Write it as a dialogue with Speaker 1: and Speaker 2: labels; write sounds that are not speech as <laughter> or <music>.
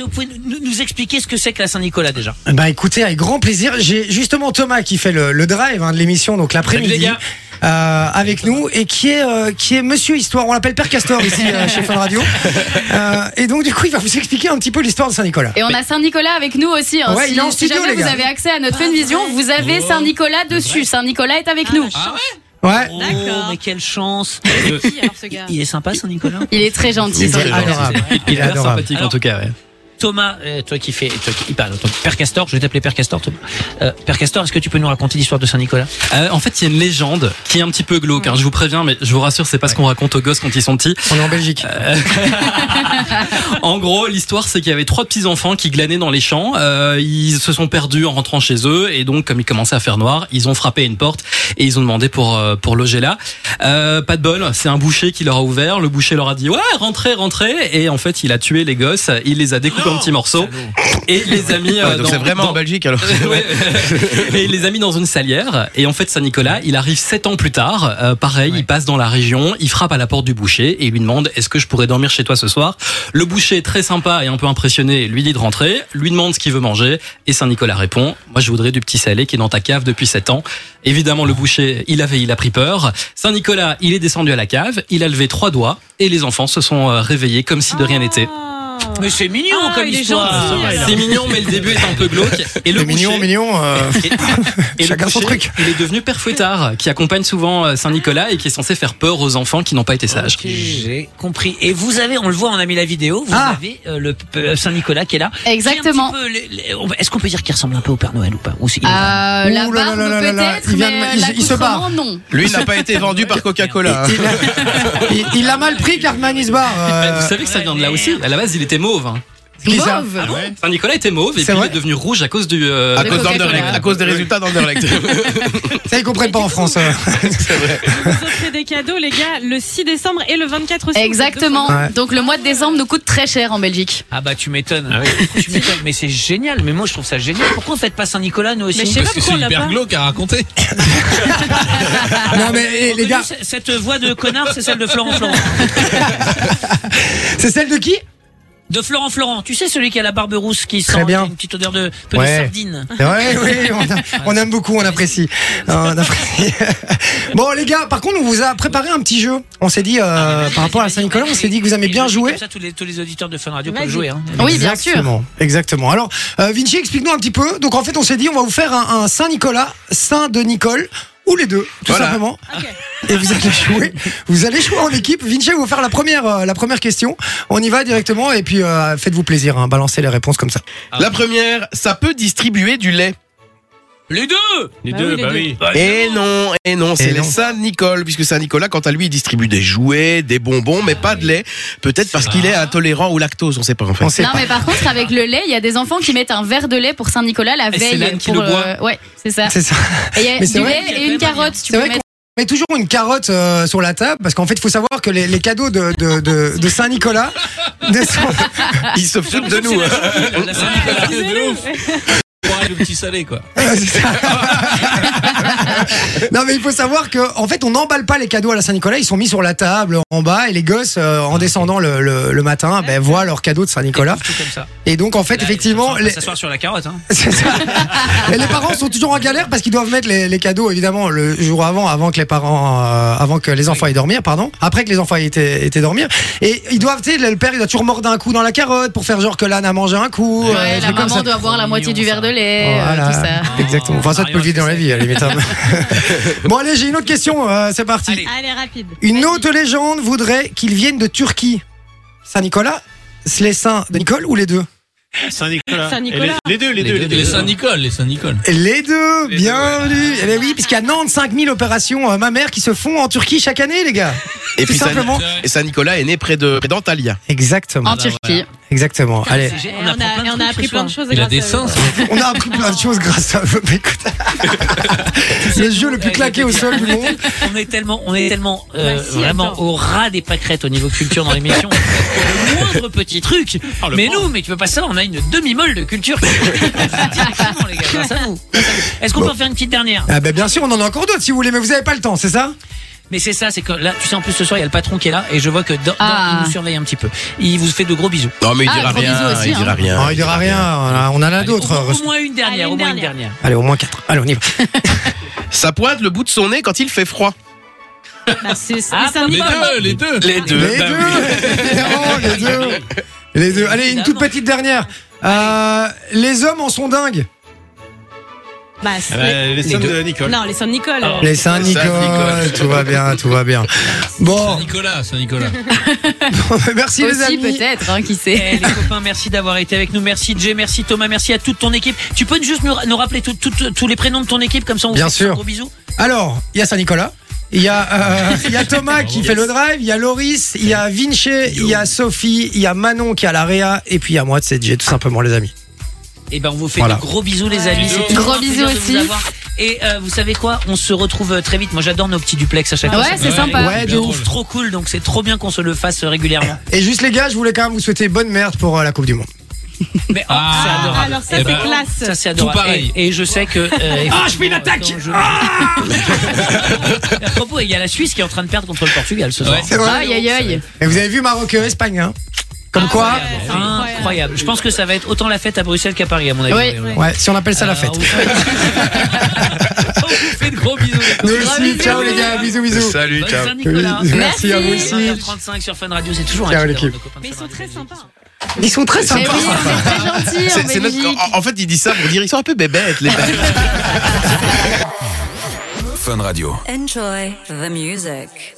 Speaker 1: vous pouvez nous, nous expliquer ce que c'est que la Saint-Nicolas déjà
Speaker 2: Bah écoutez, avec grand plaisir. J'ai justement Thomas qui fait le, le drive hein, de l'émission, donc
Speaker 1: Salut, les
Speaker 2: l'après-midi,
Speaker 1: gars.
Speaker 2: euh, avec nous, et qui est, euh, qui est Monsieur Histoire. On l'appelle Père Castor
Speaker 3: <laughs>
Speaker 2: ici euh, chez Fun Radio. Euh, et donc, du coup, il va vous expliquer un petit peu l'histoire de Saint-Nicolas.
Speaker 4: Et on a Saint-Nicolas avec nous aussi. hein.
Speaker 2: Ouais,
Speaker 4: si,
Speaker 2: il est en
Speaker 4: si
Speaker 2: studio,
Speaker 4: jamais
Speaker 2: les
Speaker 4: vous
Speaker 2: gars.
Speaker 4: avez accès à notre Fun Vision, vous avez Saint-Nicolas dessus. Saint-Nicolas est avec nous.
Speaker 2: Ouais,
Speaker 1: Oh,
Speaker 5: D'accord.
Speaker 1: mais quelle chance
Speaker 5: Qui, alors, ce gars
Speaker 1: Il est sympa Saint-Nicolas
Speaker 4: Il est très gentil. Euh,
Speaker 2: il est
Speaker 4: Saint-Nicolas.
Speaker 2: adorable. Il est adorable.
Speaker 3: sympathique en tout cas. Ouais.
Speaker 1: Thomas, euh, toi qui fais, toi qui parle, toi, Père Castor, je vais t'appeler Père Castor. Thomas. Euh, Père Castor, est-ce que tu peux nous raconter l'histoire de Saint-Nicolas
Speaker 3: Euh, en fait, il y a une légende qui est un petit peu glauque. hein, je vous préviens, mais je vous rassure, c'est pas ce qu'on raconte aux gosses quand ils sont petits.
Speaker 2: On est en Belgique.
Speaker 3: En gros, l'histoire, c'est qu'il y avait trois petits enfants qui glanaient dans les champs. Euh, ils se sont perdus en rentrant chez eux, et donc comme il commençait à faire noir, ils ont frappé à une porte et ils ont demandé pour euh, pour loger là. Euh, pas de bol, c'est un boucher qui leur a ouvert. Le boucher leur a dit ouais, rentrez, rentrez, et en fait, il a tué les gosses. Il les a découpés en petits morceaux et il les a mis. euh,
Speaker 6: Ouais, donc
Speaker 3: dans-
Speaker 6: c'est vraiment en
Speaker 3: dans-
Speaker 6: Belgique alors.
Speaker 3: Ouais. <laughs> et il les a mis dans une salière. Et en fait, Saint-Nicolas, il arrive sept ans plus tard. Euh, pareil, il passe dans la région, il frappe à la porte du boucher et il lui demande Est-ce que je pourrais dormir chez toi ce soir Le boucher, très sympa et un peu impressionné, lui dit de rentrer, lui demande ce qu'il veut manger. Et Saint-Nicolas répond Moi, je voudrais du petit salé qui est dans ta cave depuis sept ans. Évidemment, le boucher, il avait, il a pris peur. Saint-Nicolas, il est descendu à la cave, il a levé trois doigts et les enfants se sont euh, réveillés comme si de rien n'était.
Speaker 5: Ah.
Speaker 1: Mais c'est mignon
Speaker 5: Ah,
Speaker 1: comme
Speaker 5: il est
Speaker 1: histoire.
Speaker 5: gentil, alors.
Speaker 3: C'est mignon, mais le début est un peu glauque. Et le
Speaker 2: Le mignon,
Speaker 3: boucher-
Speaker 2: mignon. euh, <laughs>
Speaker 3: et, et
Speaker 2: Chacun
Speaker 3: le
Speaker 2: son
Speaker 3: boucher,
Speaker 2: truc.
Speaker 3: Il est devenu père fouettard, qui accompagne souvent euh, Saint-Nicolas et qui est censé faire peur aux enfants qui n'ont pas été sages.
Speaker 1: Ok, J'ai compris. Et vous avez, on le voit, on a mis la vidéo. Vous
Speaker 2: Ah.
Speaker 1: avez euh, le p- euh, Saint-Nicolas qui est là.
Speaker 4: Exactement.
Speaker 1: Qui est un petit peu le- le- on- Est-ce qu'on peut dire qu'il ressemble un peu au Père Noël ou pas Ou c'est- il est vraiment-
Speaker 5: Ah.
Speaker 4: Euh, la
Speaker 2: Ouh là là
Speaker 4: barbe
Speaker 2: là là là,
Speaker 4: peut-être,
Speaker 2: il
Speaker 4: mais
Speaker 2: vient de-
Speaker 4: euh,
Speaker 2: il- il se barre.
Speaker 4: l'accoutrement, non.
Speaker 6: Lui n'a pas été vendu par Coca-Cola. hein.
Speaker 2: Euh, Il il l'a mal pris, Cartman Isbar.
Speaker 3: Bah,
Speaker 2: euh,
Speaker 3: Vous savez que ça vient de là aussi. À la base, il était mauve. hein.
Speaker 2: Lisa. Ah
Speaker 4: Mauve.
Speaker 3: Saint-Nicolas était mauve et
Speaker 2: C'est
Speaker 3: puis il
Speaker 2: vrai
Speaker 3: est devenu rouge à cause du. euh,
Speaker 6: À
Speaker 4: Le
Speaker 6: cause,
Speaker 4: Coca-Cola.
Speaker 6: d'Anderlecht, à cause des résultats d'Anderlecht.
Speaker 2: Ça, ils comprennent pas en France. <laughs> euh.
Speaker 5: Vous offrez des cadeaux, les gars, le 6 décembre et le 24 aussi.
Speaker 4: Exactement.
Speaker 2: Ouais.
Speaker 4: Donc le mois de décembre nous coûte très cher en Belgique.
Speaker 1: Ah bah tu m'étonnes. <laughs> Tu m'étonnes. Mais c'est génial. Mais moi je trouve ça génial. Pourquoi on fête pas Saint-Nicolas nous aussi
Speaker 5: Mais je sais pas pourquoi on l'a pas.
Speaker 6: glauque à raconter.
Speaker 2: Non,
Speaker 3: Ah,
Speaker 2: mais eh, les gars,
Speaker 1: Cette- Cette voix de connard, c'est celle de Florent Florent.
Speaker 2: c'est celle de qui
Speaker 1: De Florent Florent. Tu sais celui qui a la barbe rousse qui sent
Speaker 2: Très bien.
Speaker 1: une petite odeur de peu de
Speaker 2: Ouais.
Speaker 1: sardine.
Speaker 2: Ouais, oui, on, a- on aime beaucoup, on apprécie. Euh, on apprécie. <laughs> Bon, les gars, par contre, on vous a préparé un petit jeu. On s'est dit, euh, par rapport à Saint-Nicolas, on s'est dit que vous aimez
Speaker 1: Et
Speaker 2: bien
Speaker 1: je dis
Speaker 2: jouer.
Speaker 1: Comme ça, tous les, tous les auditeurs de Fun Radio
Speaker 5: Vas-y.
Speaker 1: peuvent jouer. Hein.
Speaker 4: Oui, bien sûr.
Speaker 2: Exactement, exactement. Alors, euh, Vinci, explique-nous un petit peu. Donc, en fait, on s'est dit, on va vous faire un, un Saint-Nicolas, Saint de Nicole, ou les deux, tout
Speaker 6: Voilà.
Speaker 2: simplement.
Speaker 5: Ok.
Speaker 2: Et vous allez jouer. Vous allez jouer en équipe. Vinci va vous faire la première, euh, la première question. On y va directement, et puis euh, faites-vous plaisir, hein, balancez les réponses comme ça.
Speaker 6: La première, ça peut distribuer du lait.
Speaker 1: Les deux
Speaker 5: Les deux, bah oui.
Speaker 6: Et non, et non,
Speaker 2: Eh
Speaker 6: c'est les
Speaker 2: non.
Speaker 6: Saint-Nicolas, puisque Saint-Nicolas, quant à lui, il distribue des jouets, des bonbons, mais pas de lait. Peut-être parce qu'il est intolérant au lactose, on sait pas en fait.
Speaker 2: On sait
Speaker 4: Non
Speaker 2: pas.
Speaker 4: mais par contre avec le lait, il y a des enfants qui mettent un verre de lait pour Saint-Nicolas la
Speaker 3: Et c'est
Speaker 4: veille
Speaker 3: l'âne qui
Speaker 4: pour
Speaker 3: le boit.
Speaker 4: euh, ouais,
Speaker 2: <laughs>
Speaker 4: c'est ça.
Speaker 2: C'est ça.
Speaker 4: Et il y a
Speaker 2: Mais c'est
Speaker 4: du
Speaker 2: vrai
Speaker 4: lait
Speaker 1: qu'il y a
Speaker 4: et une
Speaker 1: quand même un
Speaker 4: carotte, tu
Speaker 2: C'est
Speaker 4: peux
Speaker 2: vrai
Speaker 4: mettre
Speaker 2: On met toujours une carotte euh, sur la table parce qu'en fait, il faut savoir que les, les cadeaux de, de, de, de Saint-Nicolas ne sont-
Speaker 6: Il se fout de nous. hein.
Speaker 1: Ah, La Saint-Nicolas bah de ouf.
Speaker 3: Ouais, le petit salé, quoi.
Speaker 4: <laughs>
Speaker 2: Euh, c'est ça. non, mais il faut savoir que en fait, on n'emballe pas les cadeaux à la Saint-Nicolas. Ils sont mis sur la table en bas et les gosses, euh,
Speaker 1: Ah,
Speaker 2: en descendant le, le, le matin, ben, voient leurs cadeaux de Saint-Nicolas.
Speaker 1: Tout comme ça.
Speaker 2: Et donc, en fait,
Speaker 1: Là,
Speaker 2: effectivement,
Speaker 1: ils
Speaker 2: les,
Speaker 1: vont s'asseoir sur la carotte. Hein.
Speaker 2: c'est ça. et les parents sont toujours en galère parce qu'ils doivent mettre les, les cadeaux évidemment le jour avant, avant que les parents, euh, avant que les enfants aillent dormir, pardon, après que les enfants aient été, étaient dormir. Et ils doivent, tu sais, le père il doit toujours mordre un coup dans la carotte pour faire genre que l'âne a mangé un coup.
Speaker 4: Ouais,
Speaker 2: euh, des
Speaker 4: la
Speaker 2: trucs comme
Speaker 4: maman
Speaker 2: ça. Oh
Speaker 4: doit boire la
Speaker 1: C'est
Speaker 4: moitié du
Speaker 1: mignon,
Speaker 4: verre de lait, euh,
Speaker 2: Voilà.
Speaker 4: tout ça.
Speaker 2: Exactement. Enfin, ça, tu peux le vivre dans la vie, à la limite. hein.
Speaker 4: <laughs>
Speaker 2: bon, allez, j'ai une autre question. euh, c'est parti.
Speaker 1: Allez.
Speaker 5: Allez, rapide.
Speaker 2: Une
Speaker 5: Vas-y.
Speaker 2: autre légende voudrait qu'il vienne de Turquie. Saint-Nicolas, les saints de Nicole ou les deux
Speaker 7: Saint-Nicolas.
Speaker 5: Saint-Nicolas.
Speaker 7: Et Les, les deux, les, deux, les deux.
Speaker 3: Saint-Nicole, les Saint-Nicole.
Speaker 2: Les deux, bienvenue. Eh ben oui, puisqu'il y a 95 000 opérations euh, mammaires qui se font en Turquie chaque année, les gars.
Speaker 6: Et puis
Speaker 2: Tout
Speaker 6: Saint-
Speaker 2: simplement.
Speaker 6: et Saint-Nicolas est né près de près d'Antalya.
Speaker 2: Exactement.
Speaker 4: En Turquie.
Speaker 2: Ah. Exactement. Allez,
Speaker 1: C'est
Speaker 5: Et
Speaker 1: génial,
Speaker 5: Eh, on, a, et on a
Speaker 1: trucs
Speaker 5: appris
Speaker 1: ce
Speaker 5: plein de
Speaker 1: soir.
Speaker 5: choses. Il a des sens.
Speaker 2: on a appris plein de choses grâce à vous. Mais écoute, le jeu le plus
Speaker 1: Eh,
Speaker 2: claqué au
Speaker 1: écoutez,
Speaker 2: sol du monde.
Speaker 1: On est tellement, on est tellement euh,
Speaker 5: Bah, si,
Speaker 1: vraiment
Speaker 5: attends.
Speaker 1: au ras des pâquerettes au niveau culture dans
Speaker 5: <laughs>
Speaker 1: l'émission. le moindre petit truc.
Speaker 7: le
Speaker 1: mais
Speaker 7: pauvre.
Speaker 1: nous, mais tu veux pas ça On a une demi-molle de culture. <laughs> Franchement, les gars, grâce à vous. Est-ce qu'on peut en faire une petite dernière
Speaker 2: Ah ben bien sûr, on en a encore d'autres si vous voulez, mais vous n'avez pas le temps, c'est ça
Speaker 1: Mais c'est ça, c'est que là, tu sais, en plus ce soir, il y a le patron qui est là et je vois que dans, dans-
Speaker 4: Ah.
Speaker 1: il nous surveille un petit peu. Il vous fait de gros bisous.
Speaker 6: Non, mais il
Speaker 4: Ah,
Speaker 6: dira
Speaker 4: gros
Speaker 6: rien.
Speaker 4: bisous aussi,
Speaker 6: il dira
Speaker 4: hein.
Speaker 6: rien.
Speaker 2: Non, Ah, il dira rien, on a- on en a
Speaker 1: Allez,
Speaker 2: d'autres.
Speaker 1: au moins- Au
Speaker 2: reçu.
Speaker 1: moins une dernière,
Speaker 5: Allez,
Speaker 1: au
Speaker 5: une
Speaker 1: moins une
Speaker 5: dernière.
Speaker 1: dernière.
Speaker 2: Allez, au moins quatre. Allez, on y va.
Speaker 6: Ça pointe le bout de son nez quand il fait froid.
Speaker 5: Bah, c'est- c'est-
Speaker 1: Ah,
Speaker 5: c'est un
Speaker 1: les
Speaker 8: Les
Speaker 5: immeuble.
Speaker 8: deux, les deux.
Speaker 3: Les deux. bah
Speaker 2: Les deux, <laughs> Évidemment, les deux. Les deux. Allez, une toute petite dernière. Euh, les hommes en sont dingues.
Speaker 5: Bah, c'est-
Speaker 7: Les sommes
Speaker 1: deux.
Speaker 7: de Nicole.
Speaker 5: Non, les sommes Nicole.
Speaker 1: Alors,
Speaker 2: Les Saint-Nicole,
Speaker 6: Saint-Nicole.
Speaker 2: tout va bien, tout va bien. Bon,
Speaker 8: Saint-Nicolas, Saint-Nicolas.
Speaker 2: <laughs> merci les
Speaker 4: Aussi,
Speaker 2: amis.
Speaker 4: peut-être, hein, qui sait.
Speaker 1: Eh, les copains, merci d'avoir été avec nous. Merci Jay, merci Thomas, merci à toute ton équipe. Tu peux juste nous, nous rappeler tout- tout- tous les prénoms de ton équipe comme ça on
Speaker 2: Bien
Speaker 1: fait
Speaker 2: sûr.
Speaker 1: un gros bisou.
Speaker 2: Alors, il y a Saint-Nicolas. Il y, a, euh, il y a Thomas qui fait le drive, il y a Loris, il y a Vinci, il y a Sophie, il y a Manon qui a la réa, et puis il y a moi de CJ, tout simplement, les amis.
Speaker 1: Et ben on vous fait
Speaker 2: Voilà.
Speaker 1: de gros bisous les amis. C'est toujours
Speaker 4: Gros
Speaker 1: un plaisir
Speaker 4: bisous
Speaker 1: de vous
Speaker 4: aussi.
Speaker 1: avoir. Et euh, vous savez quoi On se retrouve euh, très vite. Moi j'adore nos petits duplex à chaque fois.
Speaker 4: Ouais, c'est sympa.
Speaker 2: Ouais, de
Speaker 1: Je
Speaker 8: Bien
Speaker 1: trouve
Speaker 8: drôle.
Speaker 1: trop cool, donc c'est trop bien qu'on se le fasse euh, régulièrement.
Speaker 2: <laughs> Et juste les gars, je voulais quand même vous souhaiter bonne merde pour euh, la Coupe du Monde.
Speaker 1: Mais oh,
Speaker 8: Ah,
Speaker 1: c'est adorable.
Speaker 5: alors ça,
Speaker 1: Eh
Speaker 5: c'est
Speaker 1: ben,
Speaker 5: classe.
Speaker 1: Ça c'est adorable.
Speaker 8: Tout pareil.
Speaker 1: Et, et je sais que. ah, je fais une attaque. à propos, il y a la Suisse qui est en train de perdre contre le Portugal ce soir.
Speaker 8: Ouais.
Speaker 2: C'est vrai.
Speaker 4: Aïe, aïe, aïe.
Speaker 2: Et vous avez vu Maroc-Espagne, hein Comme
Speaker 5: Ah
Speaker 2: quoi,
Speaker 5: ouais, c'est
Speaker 1: Incroyable. Je pense que ça va être autant la fête à Bruxelles qu'à Paris, à mon avis.
Speaker 4: Oui.
Speaker 2: ouais. si on appelle ça la
Speaker 1: Alors,
Speaker 2: fête.
Speaker 1: on vous fait- <laughs> on vous fait de gros bisous. les
Speaker 2: Nous
Speaker 1: copains.
Speaker 2: aussi, ciao les gars, bisous, bisous.
Speaker 6: Salut,
Speaker 1: Bonne
Speaker 6: ciao.
Speaker 1: Saint-Nicolas.
Speaker 2: Merci à vous
Speaker 4: Merci.
Speaker 2: aussi.
Speaker 1: 35 sur Fun Radio, c'est toujours
Speaker 2: Ciao,
Speaker 1: un
Speaker 2: l'équipe.
Speaker 5: Mais ils sont très sympas.
Speaker 2: Ils sont très
Speaker 4: Mais oui,
Speaker 2: sympas.
Speaker 4: on est très gentils en
Speaker 6: C'est- c'est notre-
Speaker 4: Belgique.
Speaker 6: en- en fait, il dit ça pour dire ils sont un peu bébêtes, les Belges.
Speaker 8: Fun Radio.
Speaker 9: Enjoy the music.